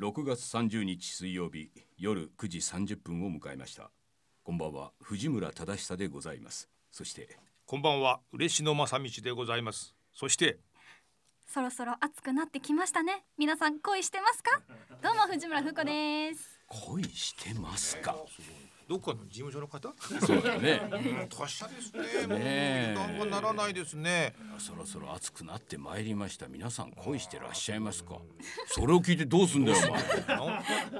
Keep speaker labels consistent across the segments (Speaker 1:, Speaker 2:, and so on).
Speaker 1: 6月30日水曜日夜9時30分を迎えましたこんばんは藤村忠久でございますそして
Speaker 2: こんばんは嬉野正道でございますそして
Speaker 3: そろそろ暑くなってきましたね皆さん恋してますかどうも藤村ふこです
Speaker 1: 恋してますか
Speaker 2: どっかの事務所の方
Speaker 1: そうだね
Speaker 2: 達者ですね
Speaker 1: ねえ
Speaker 2: もうなんかならないですね
Speaker 1: そろそろ暑くなってまいりました皆さん恋してらっしゃいますかそれを聞いてどうすんだよ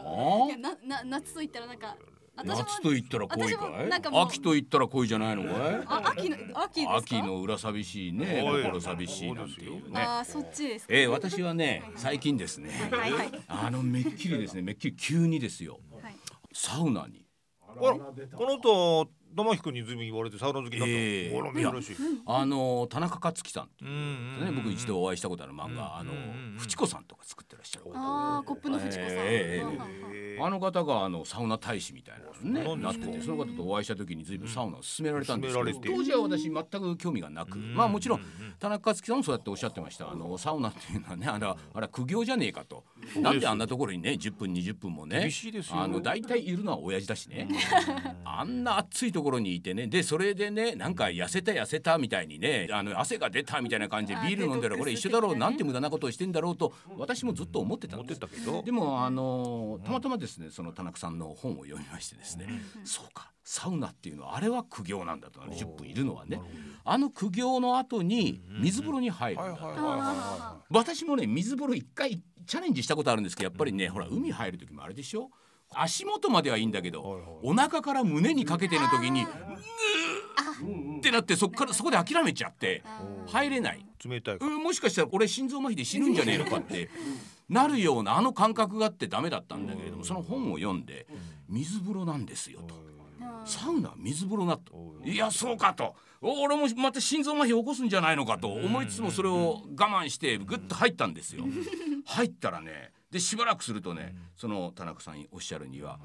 Speaker 1: お
Speaker 3: い
Speaker 1: 前
Speaker 3: や
Speaker 1: あ
Speaker 3: なな夏と言ったらなんか私も
Speaker 1: 夏と言ったら恋か
Speaker 3: 私も
Speaker 1: い
Speaker 3: なんかもう
Speaker 1: 秋と言ったら恋じゃないのか
Speaker 3: あ秋の秋です
Speaker 1: い
Speaker 3: か
Speaker 1: 秋の裏寂しいね
Speaker 2: おい
Speaker 1: 心寂しいなんていうね
Speaker 3: あーそっちですか
Speaker 1: えー、私はね最近ですね
Speaker 3: はいはい
Speaker 1: あのめっきりですねめっきり急にですよ
Speaker 3: はい
Speaker 1: サウナに
Speaker 2: あらこの後玉木君にずいぶん言われてサウナ好きになった、
Speaker 1: ええ
Speaker 2: あら珍しい
Speaker 1: あの田中克樹さんって
Speaker 2: う
Speaker 1: い
Speaker 2: ん
Speaker 1: う
Speaker 2: う
Speaker 1: ね
Speaker 2: ん、
Speaker 1: 僕一度お会いしたことある漫画あの
Speaker 2: うんうんうん
Speaker 1: 淵子さんとか作ってらっしゃる
Speaker 3: あーコップの藤子
Speaker 1: え
Speaker 3: さん、
Speaker 1: ーえー
Speaker 3: はんはんはん
Speaker 2: え
Speaker 1: あの方があのサウナ大使みたいなの
Speaker 2: そう
Speaker 1: ねな
Speaker 2: な
Speaker 1: んっ
Speaker 2: です
Speaker 1: て
Speaker 2: か
Speaker 1: てその方とお会いした時に随分サウナを勧められたんです
Speaker 2: 勧
Speaker 1: け
Speaker 2: め
Speaker 1: ど
Speaker 2: られて
Speaker 1: 当時は私全く興味がなくまあもちろん田中克樹さんもそうやっておっしゃってましたあのサウナっていうのはねあらあら苦行じゃねえかとなんであんなところにね10分20分もね
Speaker 2: 厳しいですよ
Speaker 1: あの大体いるのは親父だしねあんな暑いところにいてねでそれでねなんか痩せた痩せたみたいにねあの汗が出たみたいな感じで
Speaker 3: あ
Speaker 1: ビール飲んだら
Speaker 3: デトックス
Speaker 1: これ一緒だろう
Speaker 3: 的なね
Speaker 1: なんて無駄なことをしてんだろうと私もずっと思ってた
Speaker 2: 持
Speaker 1: ん
Speaker 2: っ
Speaker 1: です
Speaker 2: てたけど
Speaker 1: でもあのたまたまですねその田中さんの本を読みましてですね、そうかサウナっていうのはあれは苦行なんだと10分いるのはねあの苦行の後に水風呂に入るんだ、
Speaker 2: はい
Speaker 3: あ
Speaker 1: 私もね水風呂一回チャレンジしたことあるんですけどやっぱりね、ほら海入る時もあれでしょ足元まではいいんだけど、お腹から胸にかけての時にぬーってなってそこからそこで諦めちゃって入れない
Speaker 2: 冷たいか
Speaker 1: うんもしかしたら俺心臓麻痺で死ぬんじゃねえのかってなるようなあの感覚があってダメだったんだけれどもその本を読んで水風呂なんですよと。サウナは水風呂だといやそうかと俺もまた心臓麻痺起こすんじゃないのかと思いつつもそれを我慢してぐっと入ったんですよ入ったらねでしばらくするとねその田中さんおっしゃるには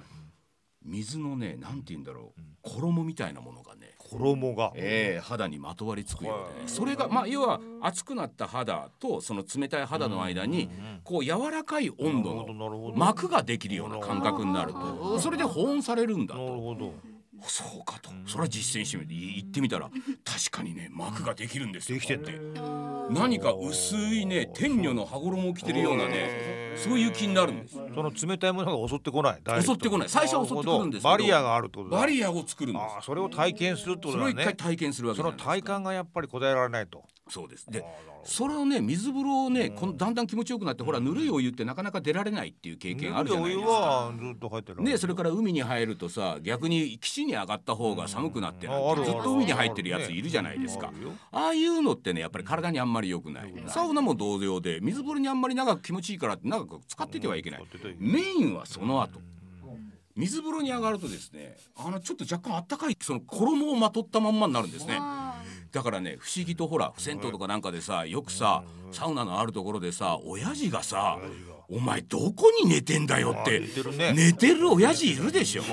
Speaker 1: 水のねなんて言うんだろう衣みたいなものがね
Speaker 2: 衣が
Speaker 1: ええ肌にまとわりつくようでねそれがまあ要は熱くなった肌とその冷たい肌の間にこう柔らかい温度
Speaker 2: なるほどなるほ
Speaker 1: の
Speaker 2: ど
Speaker 1: 膜ができるような感覚になるとそれで保温されるんだ
Speaker 2: なる
Speaker 1: と
Speaker 2: ほど
Speaker 1: そうかとそれは実践してみてい行ってみたら確かにね膜ができるんですよ
Speaker 2: できてんだ
Speaker 1: 何か薄いね天女の羽衣を着てるようなねそういう気になるんです
Speaker 2: その冷たいものが襲ってこないダイレクト
Speaker 1: 襲ってこない最初は襲ってくるんですけど
Speaker 2: なほどバリアがあるってことだ
Speaker 1: バリアを作るんで
Speaker 2: ああ
Speaker 1: す
Speaker 2: それを体験するってこ
Speaker 1: そ
Speaker 2: と
Speaker 1: れを
Speaker 2: だ
Speaker 1: 一回
Speaker 2: ね
Speaker 1: 体験するわけ
Speaker 2: そ
Speaker 1: じゃない
Speaker 2: の
Speaker 1: ですか
Speaker 2: 体感がやっぱり答えられないと
Speaker 1: そうです。で、それをね、水風呂をね、このだんだん気持ちよくなって、ほら、ぬるいお湯ってなかなか出られないっていう経験あるじゃないです
Speaker 2: お湯
Speaker 1: か。
Speaker 2: はずっと入ってる
Speaker 1: ね、それから海に入るとさ逆に基地に上がった方が寒くなってなん
Speaker 2: あある
Speaker 1: てず
Speaker 2: ある
Speaker 1: っと海に入ってるやついるじゃないですかああいうのってねやっぱり体にあんまり良くないサウナも同様で水風呂にあんまり長く気持ちいいからって長く使っててはいけないメインはその後水風呂に上がるとですねあのちょっと若干あったかいその衣をまとったまんまになるんですね。
Speaker 3: あ
Speaker 1: だからね不思議とほら銭湯とかなんかでさよくさサウナのあるところでさ親父がさ「お前どこに寝てんだよ」って
Speaker 2: 寝てるね
Speaker 1: 寝てる親父いるでしょ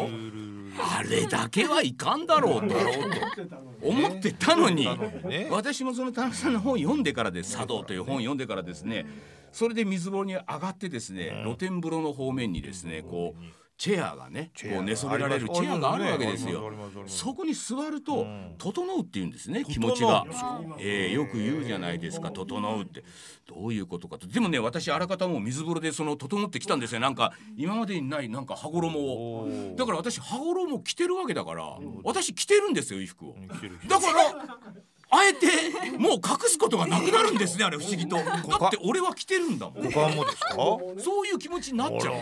Speaker 1: あれだけはいかんだろうと思ってたのに
Speaker 2: ね
Speaker 1: 私もその田中さんの本読んでからで「茶道」という本読んでからですねそれで水風呂に上がってですね露天風呂の方面にですねこうチェアがねこう寝そべられるチェアがあるわけですよ。そこに座ると整うっていうんですね、気持ちが、えーよく言うじゃないですか整うってどういうことかとでもね私あらかたもう水風呂でその整ってきたんですよなんか今までにないなんか羽衣をだから私羽衣着てるわけだから私着てるんですよ衣服をだからあえてもう隠すことがなくなるんですねあれ不思議とだって俺は着てるんだもん
Speaker 2: 股間もです か
Speaker 1: そういう気持ちになっちゃ
Speaker 2: あ
Speaker 1: う。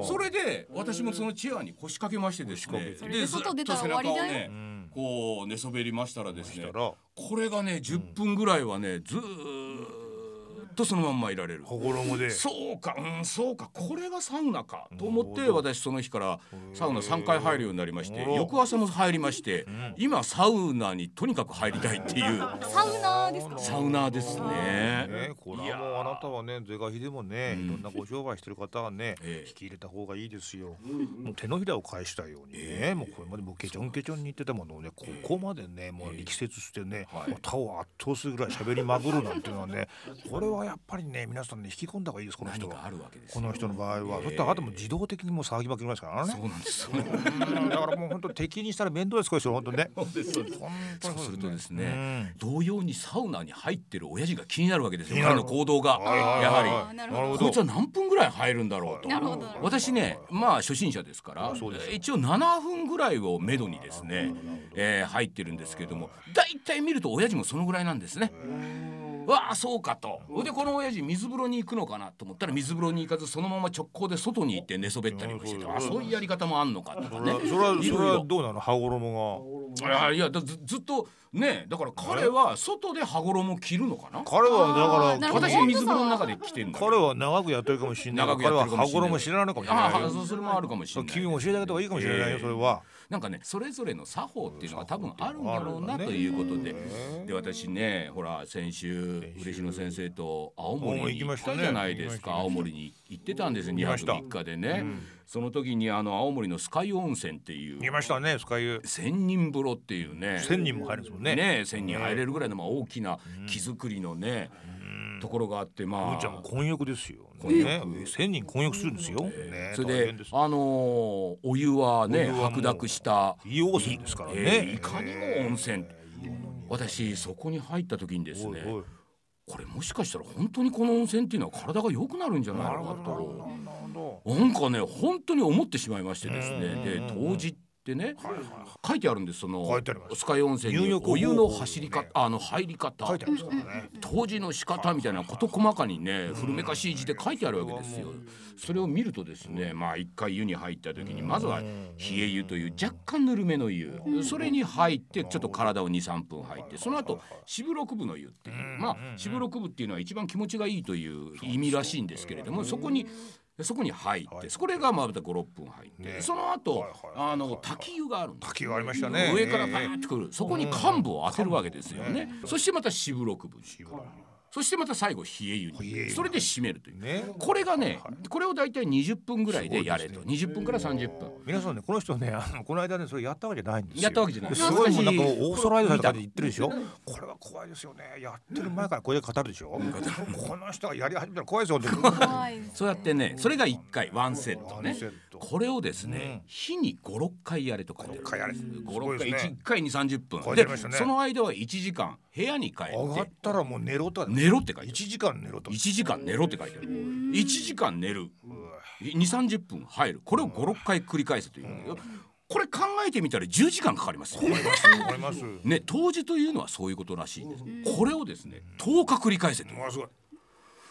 Speaker 2: ら
Speaker 1: それで私もそのチェアに腰掛けましてですね。
Speaker 3: れで外出たら終わりだよ
Speaker 1: ずっと背中をね、こう寝そべりましたらですね。
Speaker 2: したら
Speaker 1: これがね、10分ぐらいはね、ずーっとそのまんまいられる。
Speaker 2: 衣で
Speaker 1: そうか、うん、そうか、これがサウナかと思って、私その日からサウナ3回入るようになりまして、翌朝も入りまして、今サウナにとにかく入りたいっていう
Speaker 3: ーサウナーですか
Speaker 1: サウナーですね。
Speaker 2: ね、これはもうあなたはね、是が非でもね、いろんなご商売してる方はね、
Speaker 1: ええ
Speaker 2: 引き入れた方がいいですよ。もう手のひらを返したようにね、もうこれまでもうケチョンケチョンに言ってたものをね、ここまでね、もう力説してね、他を圧倒するぐらい喋りまくるなんていうのはね、これははやっぱりね皆さんね引き込んだ方がいいですこの人
Speaker 1: 何か
Speaker 2: は
Speaker 1: あるわけです
Speaker 2: こ
Speaker 1: よ
Speaker 2: の人の場合は、そしたらあともう自動的にもう騒ぎまくりますからね
Speaker 1: そうなんですよ
Speaker 2: うんだからもう本当敵にしたら面倒ですこれ本当にね
Speaker 1: そうですそうです
Speaker 2: 本当
Speaker 1: そう
Speaker 2: に
Speaker 1: するとです
Speaker 2: う
Speaker 1: ね
Speaker 2: ん
Speaker 1: 同様にサウナに入ってる親父が気になるわけですよ
Speaker 2: 気にな
Speaker 1: 彼
Speaker 2: る
Speaker 1: の行動が
Speaker 2: はいはい
Speaker 1: や
Speaker 2: は
Speaker 1: はいり
Speaker 2: はい
Speaker 3: なるほど
Speaker 1: こいつは何分ぐらい入るんだろうと
Speaker 3: なるほど
Speaker 1: 私ねまあ初心者ですから
Speaker 2: あそうですか
Speaker 1: 一応7分ぐらいをめどにですね、えー入ってるんですけどもだいたい見ると親父もそのぐらいなんですね。わあそうかとでこの親父水風呂に行くのかなと思ったら水風呂に行かずそのまま直行で外に行って寝そべったりもしててあそういうやり方もあんのかとか
Speaker 2: それ
Speaker 1: ね
Speaker 2: はそれはいそ
Speaker 1: ろ
Speaker 2: れ
Speaker 1: いろ
Speaker 2: はどうなの羽衣
Speaker 1: いやいやだずずっとねだから彼は外で羽衣着るのかな
Speaker 2: が彼はだ
Speaker 3: なる
Speaker 2: か
Speaker 3: ほ
Speaker 2: ら
Speaker 3: ど
Speaker 1: 私水風呂の中で着てるんだけど
Speaker 2: 彼は長くやってるかもしれない
Speaker 1: 長くや
Speaker 2: 彼
Speaker 1: って
Speaker 2: は
Speaker 1: るかも
Speaker 2: 羽
Speaker 1: しれない
Speaker 2: 衣知らないかもしれない
Speaker 1: あ
Speaker 2: よ
Speaker 1: あそそれもあるかもしれない
Speaker 2: 君も教えてあげた方がいいかもしれないよそれは
Speaker 1: なんかねそれぞれの作法っていうのが多分あるんだろうなということで、で私ねほら先週嬉野先生と青森に行ったじゃないですか青
Speaker 2: 青
Speaker 1: 森に行ってたんですよ2
Speaker 2: 行きま
Speaker 1: 泊
Speaker 2: した
Speaker 1: 3日でね、その時にあの青森の酸ヶ湯温泉っていう
Speaker 2: 見ましたねスカイユ
Speaker 1: 千人風呂っていうね
Speaker 2: 千人も入るんですもんね
Speaker 1: ね千人入れるぐらいのまあ大きな木造りのね、ところがあってま
Speaker 2: むちゃんも
Speaker 1: あ
Speaker 2: 婚約ですよ。
Speaker 1: 婚約
Speaker 2: ね、千人婚約するんですよ。ね、
Speaker 1: そ
Speaker 2: 大
Speaker 1: れ
Speaker 2: 変
Speaker 1: です
Speaker 2: よ
Speaker 1: あのーお湯はね
Speaker 2: お湯はもう
Speaker 1: 白濁した
Speaker 2: 利用するんですからね。
Speaker 1: えーいかにも温泉、私そこに入った時にです
Speaker 2: おい
Speaker 1: ね
Speaker 2: おい
Speaker 1: これもしかしたら本当にこの温泉っていうのは体が良くなるんじゃないのかと
Speaker 2: なるほ
Speaker 1: なんかね本当に思ってしまいましてですね
Speaker 2: うん
Speaker 1: で
Speaker 2: うんうん
Speaker 1: 当時ってね書いてあるんですその
Speaker 2: 書いてあります
Speaker 1: スカイ温泉
Speaker 2: 入
Speaker 1: に
Speaker 2: 浴
Speaker 1: お湯の走り
Speaker 2: 方法ね
Speaker 1: 方あの入り方
Speaker 2: ど。書いてありますからね。
Speaker 1: 当時の仕方みたいなこと細かにね古めかしい字で書いてあるわけですよそれを見るとですねまあ一回湯に入った時にまずは冷え湯という若干ぬるめの湯それに入ってちょっと体を23分入ってその後四分六分の湯っていうまあ四分六分っていうのは一番気持ちがいいという意味らしいんですけれどもそこにそこに入ってそれがまた56分入ってその後あの滝湯があるんです
Speaker 2: 滝がありましたね。
Speaker 1: 上からバ
Speaker 2: え
Speaker 1: ーってくる、そこに幹部を当てるわけですよね、そしてまた四分六分そしてまた最後冷え湯
Speaker 2: え湯
Speaker 1: にそれで締めるという、
Speaker 2: えね。
Speaker 1: これがねこれを大体20分ぐらいでやれと、20分から30分
Speaker 2: 皆さんねこの人ねあのこの間ねそれやったわけじゃないんですよ
Speaker 1: やったわけじゃない
Speaker 2: すごいもうなん
Speaker 1: 懐
Speaker 2: か
Speaker 1: かしい
Speaker 2: オーソライドさんとかで言ってるでしょこれは怖いですよねやってる前からこれで語るでしょこの人がやり始めたら怖いですよ本当に
Speaker 3: はい
Speaker 1: そうやってねそれが1回ワンセット
Speaker 2: ワ
Speaker 1: ね
Speaker 2: ンセット
Speaker 1: これをですね、
Speaker 2: うん
Speaker 1: 日に56回やれと書いてある
Speaker 2: 56回やれすご
Speaker 1: 56
Speaker 2: いで
Speaker 1: 回、
Speaker 2: すね
Speaker 1: 1回に30分
Speaker 2: 書いて
Speaker 1: で
Speaker 2: ありましたね
Speaker 1: その間は1時間部屋に帰
Speaker 2: 上が
Speaker 1: っ
Speaker 2: ってたらもう寝ろとか
Speaker 1: 寝ろって書いてある
Speaker 2: 一時間寝ろと
Speaker 1: 1時間寝ろって書いてある1時間寝る230分入るこれを56回繰り返すというんだけどこれ考えてみたら10時間かかりますよ。
Speaker 2: 思います。
Speaker 1: ね、当時というのはそういうことらしいんです。これをですね、10日繰り返せと。
Speaker 2: ものすごい。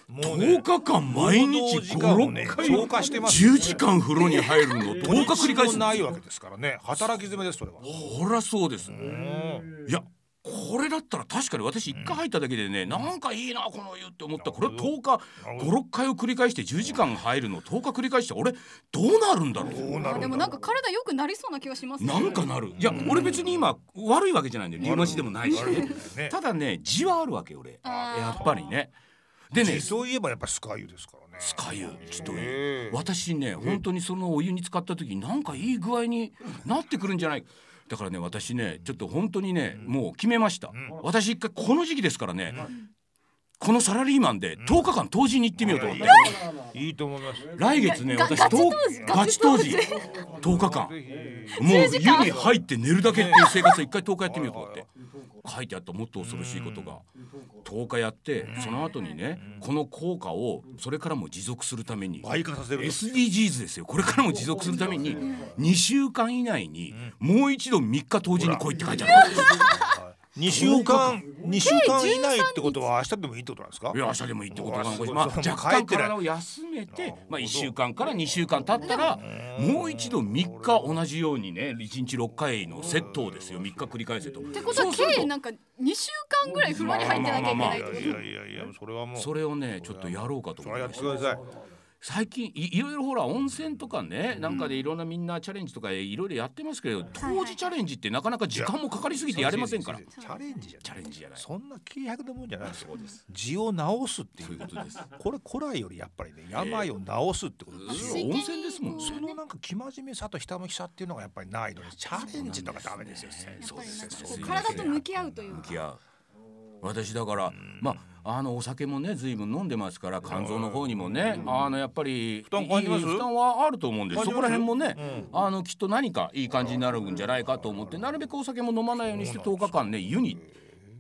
Speaker 2: もうね
Speaker 1: 10日間毎日
Speaker 2: 労働時間
Speaker 1: 5、
Speaker 2: をね
Speaker 1: 6回
Speaker 2: 超過してます
Speaker 1: 10時間風呂に入るのを10日繰り返す
Speaker 2: 土日も
Speaker 1: んで
Speaker 2: な
Speaker 1: す
Speaker 2: い
Speaker 1: よ。
Speaker 2: わけですからね。働き詰めですそれは。
Speaker 1: ほらそうです。いやこれだったら確かに私1回入っただけでね、なんかいいなこの湯って思ったこれは10日56回を繰り返して10時間入るのを10日繰り返して俺どうなるんだろう
Speaker 3: あでもなんか体良くなりそうな気がしますね
Speaker 1: なんかなるいや俺別に今悪いわけじゃないんだよリウマチでもないしね
Speaker 2: ね
Speaker 1: ただね字はあるわけ俺
Speaker 3: あー
Speaker 1: やっぱりねでね
Speaker 2: そういえばやっぱスカイユですからね。
Speaker 1: スカユちょっと
Speaker 2: へー
Speaker 1: 私ね本当にそのお湯に浸かった時なんかいい具合になってくるんじゃないだからね私ねちょっと本当にねもう決めました、私一回この時期ですからね、このサラリーマンで10日間湯治に行ってみようと思って、
Speaker 2: いいと思います。
Speaker 1: 来月ね
Speaker 3: が
Speaker 1: 私
Speaker 3: ガ
Speaker 1: と
Speaker 3: チ湯治
Speaker 1: ガチ湯治10日間もう湯に入って寝るだけっていう生活を一回10日やってみようと思って書いてあったもっと恐ろしいことが10日やってその後にねこの効果をそれからも持続するために
Speaker 2: 倍化させる。
Speaker 1: SDGs ですよこれからも持続するために2週間以内にもう一度3日当時に来いって書いてあるんですよ
Speaker 2: 二週間二週間以内ってことは明日でもいいってことなんですか
Speaker 1: い。や明日でもいいってことが残し
Speaker 2: う
Speaker 1: まあ
Speaker 2: わ すごい
Speaker 1: 若
Speaker 2: 帰っ
Speaker 1: 干
Speaker 2: てない
Speaker 1: 体を休めてまあ1週間から2週間経ったらもう一度3日同じようにね1日6回のセットをですよ3日繰り返せと。っ
Speaker 3: ってことは計なんか二週間ぐらい風呂に入ってなきゃいけないってこと
Speaker 2: いやいやいやそれはもう。
Speaker 1: それをねちょっとやろうかと
Speaker 2: そ
Speaker 1: 思
Speaker 2: れはいやっ
Speaker 1: ま
Speaker 2: て
Speaker 1: し
Speaker 2: くだ
Speaker 1: た
Speaker 2: さい。
Speaker 1: 最近いいろいろほら温泉とかねなんかでいろんなみんなチャレンジとかいろいろやってますけど当時チャレンジってなかなか時間もかかりすぎてやれませんから
Speaker 2: チャレンジじゃない。
Speaker 1: チャレンジじゃない
Speaker 2: そんな軽薄なもんじゃないです。字を直すっていうことです。これ古来よりやっぱりね病を治すってことですよ。
Speaker 3: ええ
Speaker 1: 温泉ですもんね
Speaker 2: そのなんか生真面目さとひたむきさっていうのがやっぱりないのにチャレンジとかダメですよね。
Speaker 3: やっぱりなんかこ
Speaker 1: そう
Speaker 3: う
Speaker 1: です
Speaker 3: 体と向き合うという
Speaker 1: 向
Speaker 3: か
Speaker 1: き合う私だからまああのお酒もね随分飲んでますから肝臓の方にもねあのやっぱり負
Speaker 2: 担感じます
Speaker 1: 負担はあると思うんです
Speaker 2: 感
Speaker 1: そ
Speaker 2: じ
Speaker 1: こ
Speaker 2: ます
Speaker 1: ら辺もねあのきっと何かいい感じになるんじゃないかと思ってなるべくお酒も飲まないようにして10日間ね湯に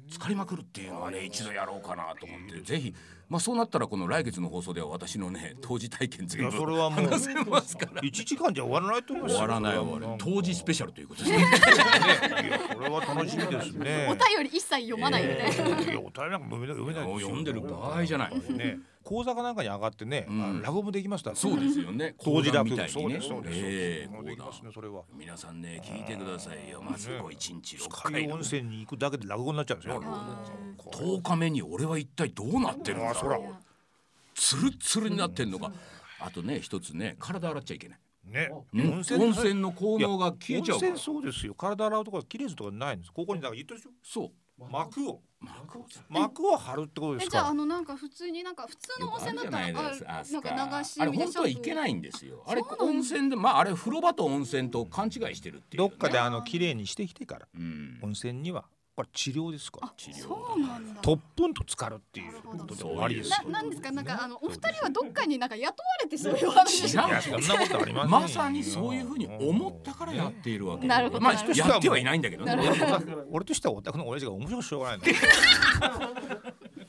Speaker 1: 浸かりまくるっていうのはね一度やろうかなと思ってぜひまあそうなったらこの来月の放送では私のね当時体験全
Speaker 2: い
Speaker 1: 部
Speaker 2: やそれはもう
Speaker 1: 話せますから
Speaker 2: 一時間じゃ終わらないと思います
Speaker 1: 終わ
Speaker 2: よ
Speaker 1: らない終わる当時スペシャルということですね
Speaker 2: いやこれは楽しみですね
Speaker 3: お便り一切読まないみた
Speaker 2: い
Speaker 3: いな。
Speaker 2: やお便りなんか読めない読めないですよ
Speaker 1: 読んでる場合じゃない
Speaker 2: ね講座かなんかに上がってね、
Speaker 1: ん
Speaker 2: あのラゴムできました
Speaker 1: そうですよね
Speaker 2: 当時だ
Speaker 1: 講談みたいにね
Speaker 2: そうですそうです
Speaker 1: ええ
Speaker 2: もうできま
Speaker 1: 講
Speaker 2: す
Speaker 1: 談
Speaker 2: ねそれは
Speaker 1: 皆さんね聞いてくださいよまずこう一日6
Speaker 2: 海
Speaker 1: 回
Speaker 2: 温泉に行くだけで落語になっちゃうんですよ。
Speaker 1: 10日目に俺は一体どうなってるんだ
Speaker 2: あそら
Speaker 1: ろうツルッツルになってんのかあとね一つね体洗っちゃいけない
Speaker 2: ね、
Speaker 1: うん温泉の効能が
Speaker 2: いや
Speaker 1: 消えちゃうか
Speaker 2: 温
Speaker 1: ら
Speaker 2: 泉そうですよ。体洗うとか綺麗とかないんです。ここにだから言ってるでしょ。
Speaker 1: そう
Speaker 2: 膜を
Speaker 1: 幕をさ
Speaker 2: 膜を張るってことで
Speaker 4: え
Speaker 2: す
Speaker 4: じゃあ
Speaker 2: か
Speaker 4: あ。のなんか普通になんか普通
Speaker 1: よ
Speaker 4: の
Speaker 1: く
Speaker 4: 温
Speaker 1: ある
Speaker 4: 泉
Speaker 1: じゃ
Speaker 4: だったら
Speaker 1: な
Speaker 4: あ
Speaker 1: いですか。あそこ
Speaker 4: なんか流し
Speaker 1: あれ本当はい
Speaker 4: い
Speaker 1: け
Speaker 4: い。
Speaker 1: ないんですよ。あれ
Speaker 4: そうなんだ
Speaker 1: 温泉で、まああれ風呂場と温泉と勘違いしてるっていう、
Speaker 2: ど
Speaker 1: ね。
Speaker 2: っかであの綺麗にしてきてから
Speaker 1: うん。
Speaker 2: 温泉にはこれ治療ですから。
Speaker 1: 治療
Speaker 4: そうなんだ。
Speaker 2: とっぷんと浸かるっていうことで終わりですよ。
Speaker 4: ななんですかなんかあのお二人はどっかになんか雇われてそういう話
Speaker 1: 違う
Speaker 2: いやそんなことありませんよ
Speaker 1: まさにそういうふうに思ったからやっているわけ。
Speaker 4: なるほど
Speaker 1: まあ
Speaker 4: なるほ
Speaker 2: ど
Speaker 1: やってはいないんだけどね。
Speaker 2: 俺としてはお宅の親父が面白くしょうがないの。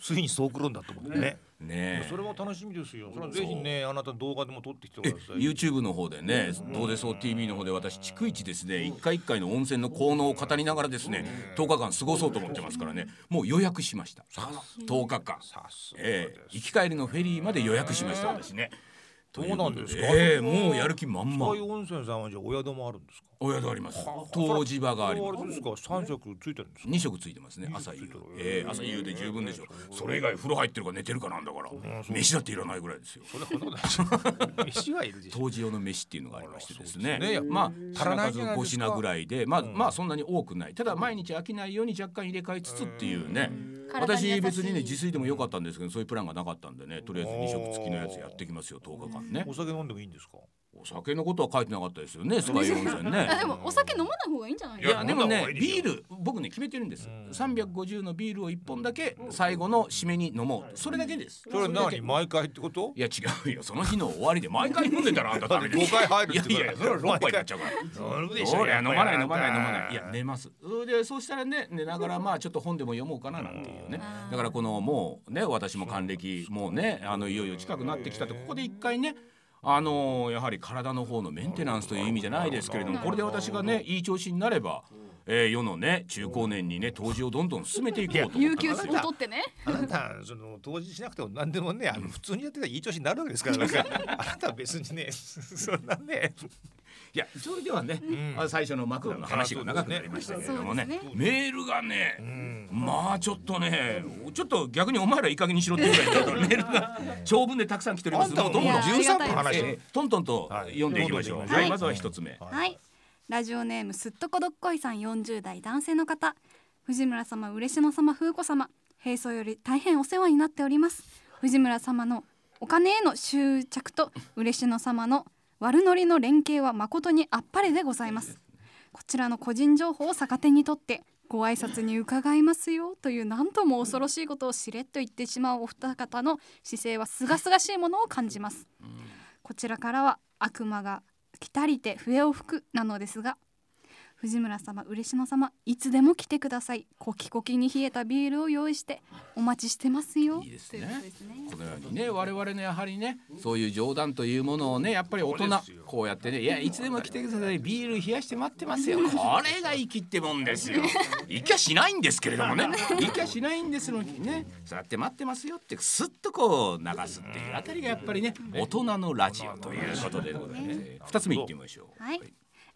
Speaker 2: ついにそうくるんだと思ってね。
Speaker 1: ね
Speaker 2: それも楽しみですよ。それはぜひねあなたの動画でも撮ってきてください。
Speaker 1: YouTube の方でね「どうでそう TV」の方で私逐一ですね一回一回の温泉の効能を語りながらですね10日間過ごそうと思ってますからねもう予約しました10日間、
Speaker 2: さすが
Speaker 1: ええ
Speaker 2: です。
Speaker 1: 行き帰りのフェリーまで予約しました私ね。
Speaker 2: そうなんですか
Speaker 1: ということでええもうやる気満々
Speaker 2: そういう温泉さんはじゃあお宿もあるんですか。
Speaker 1: お宿あります湯治場がありま
Speaker 2: これ
Speaker 1: す
Speaker 2: れですか。三食ついてるんですか。
Speaker 1: 二食ついてますね朝夕ええ朝夕で十分でしょそれ以外風呂入ってるか寝てるかなんだから飯だっていらないぐらいですよ
Speaker 2: そんなことない。飯はいるでしょ。
Speaker 1: 当時用の飯っていうのがありましてですね
Speaker 2: あらそうですね
Speaker 1: まあ
Speaker 2: 足らな
Speaker 1: 品
Speaker 2: いじ
Speaker 1: 数
Speaker 2: ゃな
Speaker 1: 5
Speaker 2: いですか
Speaker 1: 品ぐらいでまあ、まあそんなに多くないただ毎日飽きないように若干入れ替えつつっていうね
Speaker 3: 体に優
Speaker 1: 私
Speaker 3: しい
Speaker 1: 別にね自炊でもよかったんですけどそういうプランがなかったんでねとりあえず2食付きのやつやってきますよ10日間ね
Speaker 2: お酒飲んでもいいんですか。
Speaker 1: お酒のことは書いてなかったですよねスカイ温泉 ね
Speaker 4: あでもお酒飲まない方がいいんじゃない
Speaker 1: い
Speaker 4: ですか。
Speaker 1: やでも
Speaker 2: 飲んだ方
Speaker 1: ね
Speaker 2: がいいでし
Speaker 1: ビ
Speaker 2: ょ
Speaker 1: ール僕ね決めてるんです350のビールを1本だけ最後の締めに飲もうそれだけです
Speaker 2: それ
Speaker 1: だけ
Speaker 2: 何毎回ってこと
Speaker 1: い？や違うよその日の終わりで毎回飲んでたらあんた
Speaker 2: だっ
Speaker 1: 誰
Speaker 2: て
Speaker 1: に
Speaker 2: 五回入 る
Speaker 1: いや
Speaker 2: って
Speaker 1: いやそれは6杯になっちゃうから
Speaker 2: 飲むでし
Speaker 1: そ
Speaker 2: ょ。
Speaker 1: ういや飲まない飲まない飲まないいや
Speaker 2: ね。
Speaker 1: 寝ますうーでそうしたらね寝ながらまあちょっと本でも読もうかななんていうねだからこのもうね私も還暦もうねあのいよいよ近くなってきたとここで一回ねあのやはり体の方のメンテナンスという意味じゃないですけれどもこれで私がねいい調子になれば、えー世のね中高年にね投資をどんどん進めていこうと思
Speaker 4: 有
Speaker 1: って
Speaker 4: 給
Speaker 1: ま
Speaker 4: を
Speaker 1: す
Speaker 4: 取ってね。
Speaker 2: あなたその当時しなくても何でもねあの普通にやってたらいい調子になるわけですからなんかあなたは別にねそんなね
Speaker 1: いやそれではね、あ最初のマクロの話が長くなりましたけれどもねメールがね、まあちょっとねちょっと逆にお前らいい加減にしろっていうぐらいち ょっとメールが長文でたくさん来ており
Speaker 2: あ
Speaker 1: ま
Speaker 2: ん
Speaker 1: す
Speaker 2: た
Speaker 1: も
Speaker 2: も
Speaker 1: う
Speaker 2: ど
Speaker 1: ど
Speaker 2: ん
Speaker 1: ん
Speaker 2: ど
Speaker 1: どん
Speaker 2: ん
Speaker 4: いや
Speaker 2: 13分
Speaker 4: あ
Speaker 2: 話
Speaker 4: り
Speaker 2: し
Speaker 4: が
Speaker 1: え
Speaker 2: て
Speaker 1: ートントンと
Speaker 2: はい
Speaker 1: 読んでいきましょう、
Speaker 2: どん
Speaker 1: じ
Speaker 2: ど
Speaker 1: ゃ
Speaker 2: ん行
Speaker 1: あま
Speaker 2: きまし
Speaker 1: ず
Speaker 2: ょう
Speaker 1: は一つ目、
Speaker 3: はい。ラジオネームすっとこどっこいさん40代男性の方藤村様嬉野様風子様平素より大変お世話になっております藤村様のお金への執着と嬉野様の悪ノリの連携は誠にあっぱれでございますこちらの個人情報を逆手にとってご挨拶に伺いますよという何とも恐ろしいことをしれっと言ってしまうお二方の姿勢は清々しいものを感じますこちらからは悪魔が来たりて笛を吹くなのですが藤村様嬉野様いつでも来てくださいコキコキに冷えたビールを用意してお待ちしてますよ
Speaker 1: いいです
Speaker 4: と
Speaker 1: ね
Speaker 4: いうことですね
Speaker 1: このようにね我々ねやはりねそういう冗談というものをねやっぱり大人こうやってねいやいつでも来てくださいビール冷やして待ってますよこれが生きってもんですよ行きゃしないんですけれどもね行きゃしないんですのにねそうやって待ってますよってスッとこう流すっていうあたりがやっぱりね大人のラジオということでございますね二つ目いってみましょう
Speaker 3: はい、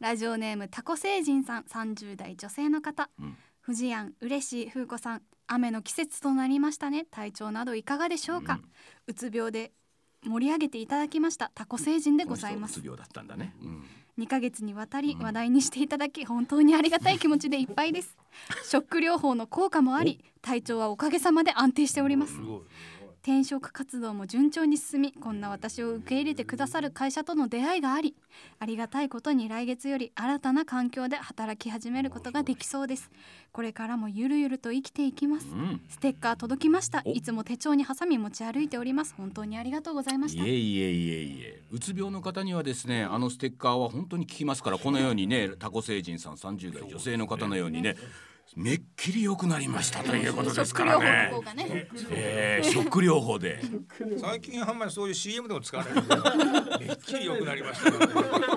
Speaker 3: ラジオネームタコ星人さん30代女性の方、
Speaker 1: ん
Speaker 3: 藤井庵嬉しい風子さん雨の季節となりましたね体調などいかがでしょうか、うつ病で盛り上げていただきましたタコ星人でござい
Speaker 1: こ
Speaker 3: ま
Speaker 1: の人
Speaker 3: す
Speaker 1: うつ病だったんだね、うん
Speaker 3: 2ヶ月にわたり話題にしていただき本当にありがたい気持ちでいっぱいです ショック療法の効果もあり体調はおかげさまで安定しております転職活動も順調に進みこんな私を受け入れてくださる会社との出会いがありありがたいことに来月より新たな環境で働き始めることができそうですこれからもゆるゆると生きていきます
Speaker 1: うん
Speaker 3: ステッカー届きました
Speaker 1: お
Speaker 3: いつも手帳にハサミ持ち歩いております本当にありがとうございまし
Speaker 1: い
Speaker 3: た
Speaker 1: えいえいえいえうつ病の方にはですねあのステッカーは本当に効きますからこのようにねタコ星人さん30代女性の方のようにねめっきり良くなりましたということですからね
Speaker 4: 食料法の効果ね。
Speaker 1: えー、食療法で
Speaker 2: 最近あんまりそういう CM でも使われない。 めっきり良くなりましたからね。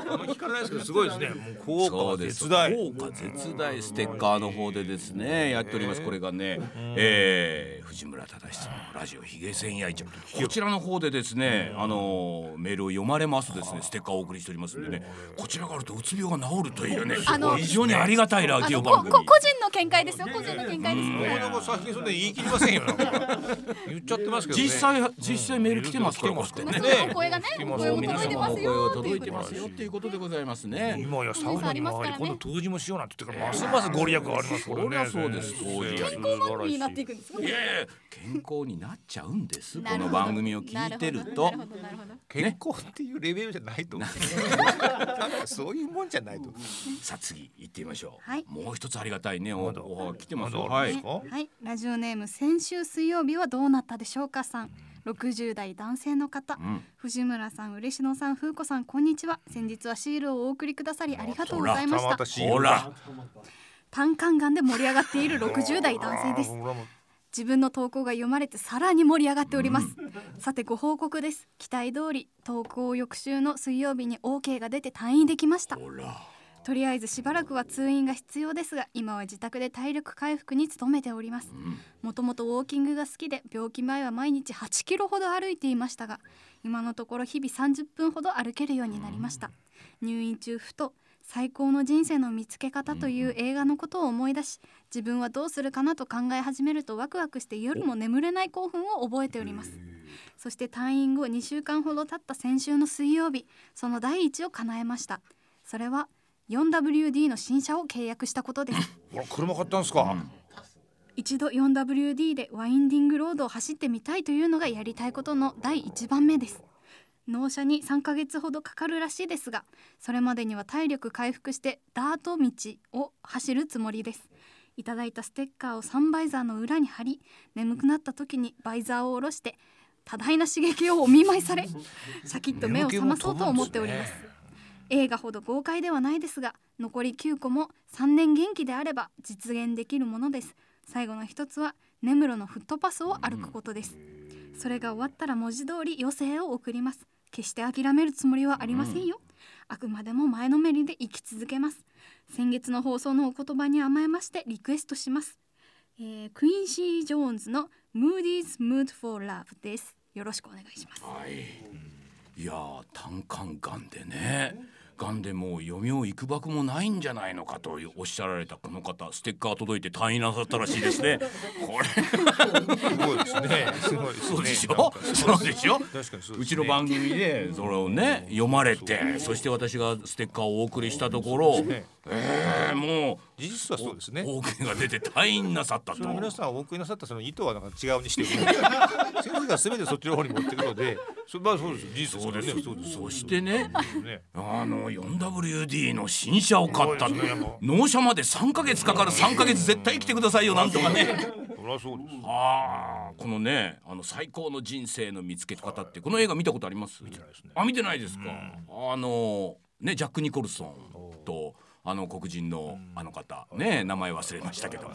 Speaker 2: あんまり聞かれないですけどすごいですね。もう効果
Speaker 1: そ
Speaker 2: は
Speaker 1: うです
Speaker 2: 絶大。
Speaker 1: 効果絶大ステッカーの方でですねやっておりますこれがね、えー、藤村忠さんのラジオひげ千夜一こちらの方でですねあのーメールを読まれますとですねステッカーをお送りしておりますんでねこちらがあるとうつ病が治るというね
Speaker 4: あの
Speaker 1: 非常にありがたいラ
Speaker 4: あ
Speaker 1: ジオ
Speaker 4: の
Speaker 1: 番
Speaker 4: こ
Speaker 1: 組
Speaker 4: こ個人の見解ですよ。個人の見解です。
Speaker 2: 俺なんか最近そんな言い切りま せんよ。なんか言っちゃってますけどね。
Speaker 1: 実際実際メール来てますからこうやって
Speaker 4: ま
Speaker 1: ね
Speaker 4: あそ
Speaker 2: ね
Speaker 4: のお声がね、お声も
Speaker 1: 皆
Speaker 4: 届いて
Speaker 1: 様
Speaker 4: ま
Speaker 1: のお
Speaker 4: す
Speaker 1: 声を
Speaker 4: よ。。
Speaker 1: 届いてますすよということでございますね。
Speaker 2: 今やサウナに
Speaker 4: お水ありますか
Speaker 2: 回
Speaker 4: ら
Speaker 2: り
Speaker 4: ね
Speaker 2: 今度湯治もしようなんて言ってからますますご利益がありますからね。
Speaker 1: そりゃそうです
Speaker 2: こ
Speaker 1: そうです
Speaker 4: 健康番組になっていくんですか
Speaker 1: い。やいや健康になっちゃうんです
Speaker 4: な
Speaker 1: こ
Speaker 4: る
Speaker 1: の
Speaker 4: ほど
Speaker 1: 番組を聞いてると
Speaker 4: なるほどなるほどなるほど
Speaker 2: 健康っていうレベルじゃないと思う。なんか そういうもんじゃないと。
Speaker 1: さあ次行ってみましょう、
Speaker 3: はい
Speaker 1: もう一つありがたいねお
Speaker 2: まだ
Speaker 1: おはがき来てますよ
Speaker 2: まだあ
Speaker 1: は
Speaker 2: るん
Speaker 1: い
Speaker 2: ですか。
Speaker 3: はい、ラジオネーム先週水曜日はどうなったでしょうかさん60代男性の方、
Speaker 1: ん
Speaker 3: 藤村さん嬉野さん風子さんこんにちは先日はシールをお送りくださりありがとうございました
Speaker 2: シール
Speaker 1: ほら
Speaker 3: 単管眼で盛り上がっている60代男性です
Speaker 2: あー俺も
Speaker 3: 自分の投稿が読まれてさらに盛り上がっております、さてご報告です期待通り投稿を翌週の水曜日に OK が出て退院できました
Speaker 1: ほら
Speaker 3: とりあえずしばらくは通院が必要ですが今は自宅で体力回復に努めておりますもともとウォーキングが好きで病気前は毎日8キロほど歩いていましたが今のところ日々30分ほど歩けるようになりました入院中ふと最高の人生の見つけ方という映画のことを思い出し自分はどうするかなと考え始めるとワクワクして夜も眠れない興奮を覚えておりますそして退院後2週間ほど経った先週の水曜日その第一を叶えましたそれは 4WD の新車を契約したことです
Speaker 2: ほら車買ったんですか。
Speaker 3: 一度 4WD でワインディングロードを走ってみたいというのがやりたいことの第1番目です納車に3ヶ月ほどかかるらしいですがそれまでには体力回復してダート道を走るつもりですいただいたステッカーをサンバイザーの裏に貼り眠くなった時にバイザーを下ろして多大な刺激をお見舞いされシャキッと目を覚まそうと思っております映画ほど豪快ではないですが残り9個も3年元気であれば実現できるものです最後の一つは根室のフットパスを歩くことです、それが終わったら文字通り余生を送ります決して諦めるつもりはありませんよ、あくまでも前のめりで生き続けます先月の放送のお言葉に甘えましてリクエストします、えークインシー・ジョーンズの「ムーディーズ・ムード・フォー・ラブ」ですよろしくお願いします
Speaker 1: はいいやー胆管がんでねがんでもう余命いくばくもないんじゃないのかとおっしゃられたこの方ステッカー届いて退院なさったらしいですね これ
Speaker 2: すごいですね。すごいすね
Speaker 1: そうでし
Speaker 2: なん
Speaker 1: ょ
Speaker 2: か
Speaker 1: そうでしょ
Speaker 2: 確かにそうですね
Speaker 1: うちの番組でそれをね読まれてそして私がステッカーをお送りしたところ
Speaker 2: ね
Speaker 1: えーもう
Speaker 2: 事実はそうですね。
Speaker 1: 大怪我出て退院なさったと
Speaker 2: それ皆さんお送りなさったその意図はなんか違うにして も先生が全てそっちの方に持っていくのでそまあそうです事
Speaker 1: そう
Speaker 2: 実
Speaker 1: です
Speaker 2: ねそうです
Speaker 1: そしてね
Speaker 2: そうですね
Speaker 1: あの 4WD の新車を買った
Speaker 2: そうですね
Speaker 1: 納車まで3ヶ月かかる3ヶ月絶対生きてくださいよなんとかね
Speaker 2: そりゃそうです
Speaker 1: あーこのねあの最高の人生の見つけ方ってこの映画見たことあります見て
Speaker 2: ないですね
Speaker 1: あ見てないですか、あのねジャック・ニコルソンとあの黒人のあの方ね名前忘れましたけども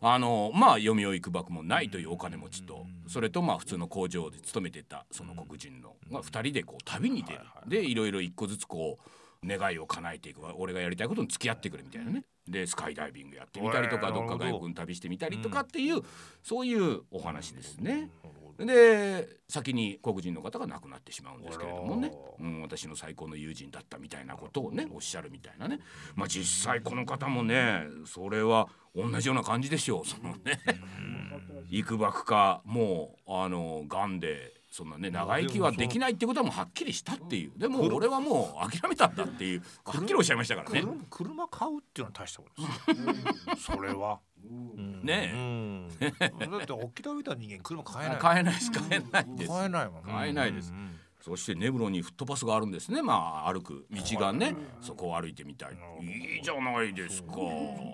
Speaker 1: あのまあ読みをいくばくもないというお金持ちとそれとまあ普通の工場で勤めてたその黒人のが2人でこう旅に出るでいろいろ一個ずつこう願いを叶えていく俺がやりたいことに付き合ってくれみたいなねでスカイダイビングやってみたりと
Speaker 2: へ
Speaker 1: か
Speaker 2: え
Speaker 1: どっか
Speaker 2: なる
Speaker 1: 外
Speaker 2: ほど
Speaker 1: 国に旅してみたりとかっていうそういうお話ですね。で先に黒人の方が亡くなってしまうんですけれどもね、うん、私の最高の友人だったみたいなことをねおっしゃるみたいなね、まあ、実際この方もねそれは同じような感じでしょうそのねいくばくかもうあの癌でそんなね長生きはできないってことはもうはっきりしたっていうでも俺はもう諦めたんだっていうはっきりおっしゃいましたからね
Speaker 2: 車。車買うっていうのは大したことですよそれはう
Speaker 1: ね
Speaker 2: ん。だって沖縄みたいな人間車買えない。
Speaker 1: 買えないです買えないです
Speaker 2: 買えないもん。
Speaker 1: 買えないです
Speaker 2: うんうん
Speaker 1: そして根室にフットパスがあるんですねまあ歩く道がねそこを歩いてみたいいいじゃないですか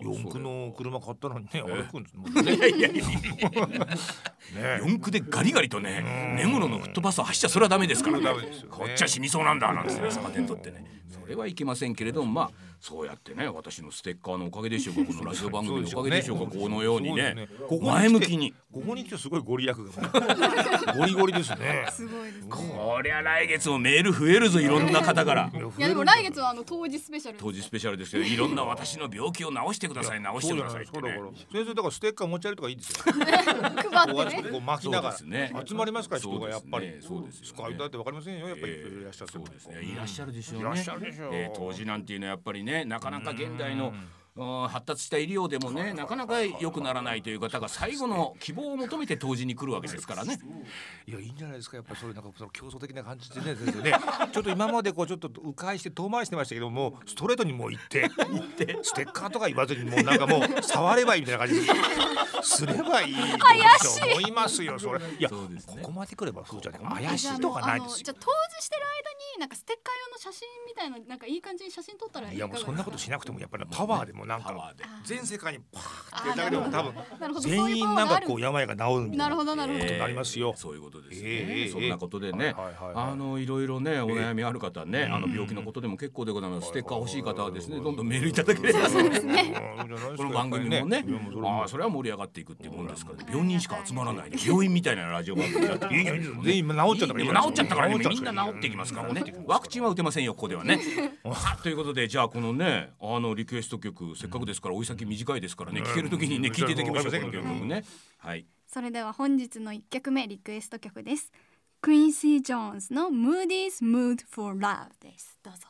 Speaker 2: 四駆の車買ったのにね、歩くんですもん
Speaker 1: それ
Speaker 2: ね。
Speaker 1: いやいやいや
Speaker 2: ね
Speaker 1: 四駆でガリガリとね根室のフットパスを走っちゃそれはダメですからね
Speaker 2: ダメですよね
Speaker 1: こっちは死にそうなんだなんてね逆手にとってねそれはいけませんけれどもまあそうやってね私のステッカーのおかげでしょうかこのラジオ番組のおかげでしょうかこのようにね前向きに。
Speaker 2: ここに来てすごいご利益が。ゴリゴリですね。
Speaker 3: すごいですね。
Speaker 1: こりゃ来月もメール増えるぞいろんな方から
Speaker 4: いやでも来月はあの当時スペシャルです
Speaker 1: 当時スペシャルですけどいろんな私の病気を治してください治してくださいって
Speaker 2: そうだ
Speaker 1: ね
Speaker 2: から。先生だからステッカー持ち歩いとかいいです よ。
Speaker 4: 配
Speaker 2: こう
Speaker 4: っ
Speaker 2: やってて
Speaker 4: ね
Speaker 2: こう巻きながら
Speaker 1: そうですね
Speaker 2: 集まりますから人
Speaker 1: そう
Speaker 2: が
Speaker 1: ですね
Speaker 2: やっぱり。
Speaker 1: そうですよね
Speaker 2: スカイダーってわかりませんよやっぱりい
Speaker 1: ええ
Speaker 2: らっしゃって
Speaker 1: そ
Speaker 2: も
Speaker 1: うですねいらっしゃるでしょうね
Speaker 2: いらっしゃるでしょう
Speaker 1: ええ当時なんていうのはやっぱりねなかなか現代のうん発達した医療でもねなかなか良くならないという方が最後の希望を求めて当時に来るわけですからね
Speaker 2: いやいいんじゃないですかやっぱりそういうなんかその競争的な感じでね 先生ねちょっと今までこうちょっと迂回して遠回りしてましたけどもうストレートにもう行ってステッカーとか言わずにもうなんかも う触ればいいみたいな感じですればいいと思いますよそれいや
Speaker 1: そうですね
Speaker 2: ここまで来ればそうじゃない怪しいとか
Speaker 4: あ
Speaker 2: ない
Speaker 4: の
Speaker 2: です
Speaker 4: じゃ
Speaker 2: よ
Speaker 4: あ当時してる間になんかステッカー用の写真みたいななんかいい感じに写真撮ったらい
Speaker 2: い
Speaker 4: いか
Speaker 2: やもう
Speaker 4: がですか
Speaker 2: そんなことしなくてもやっぱりパワーでもなん
Speaker 1: パワ
Speaker 2: か
Speaker 1: ーで
Speaker 2: 全世界にパー
Speaker 4: あ
Speaker 2: ってだけでも多分
Speaker 4: なるほどそう
Speaker 2: 全
Speaker 4: いう
Speaker 2: 員
Speaker 4: パ
Speaker 2: な
Speaker 4: ワ
Speaker 2: ん
Speaker 4: ーがあ
Speaker 2: か
Speaker 4: る
Speaker 2: こう病が治るみた
Speaker 4: ないる
Speaker 2: な
Speaker 4: ほどなるほど、
Speaker 2: となりますよ
Speaker 1: そういうことですね、
Speaker 2: ええ
Speaker 1: そんなことでね、
Speaker 2: ええはいはいはい
Speaker 1: あのいろいろねお悩みある方ね、あの病気のことでも結構でございます、ステッカー欲しい方はですね、どんどんメールいただければ、
Speaker 2: うん
Speaker 1: この番組もね
Speaker 2: いやもうそれ
Speaker 1: ああそれは盛り上がっていくっていうもんですから、病人しか集まら ない、病院みたいなラジオ番組だっていい
Speaker 2: いいじゃん全員治っちゃったから
Speaker 1: 今治っちゃったからね
Speaker 2: 治っちゃった
Speaker 1: みんな治っていきますからねワクチンは打てませんよここではねさあということでじゃあこのねあのリクエスト曲せっかくですからおい先短いですからね聴ける時にね聴いていただきましょうこの曲もねはい
Speaker 3: それでは本日の一曲目リクエスト曲です。クインシー・ジョーンズの Moody's Mood for Love です。どうぞ。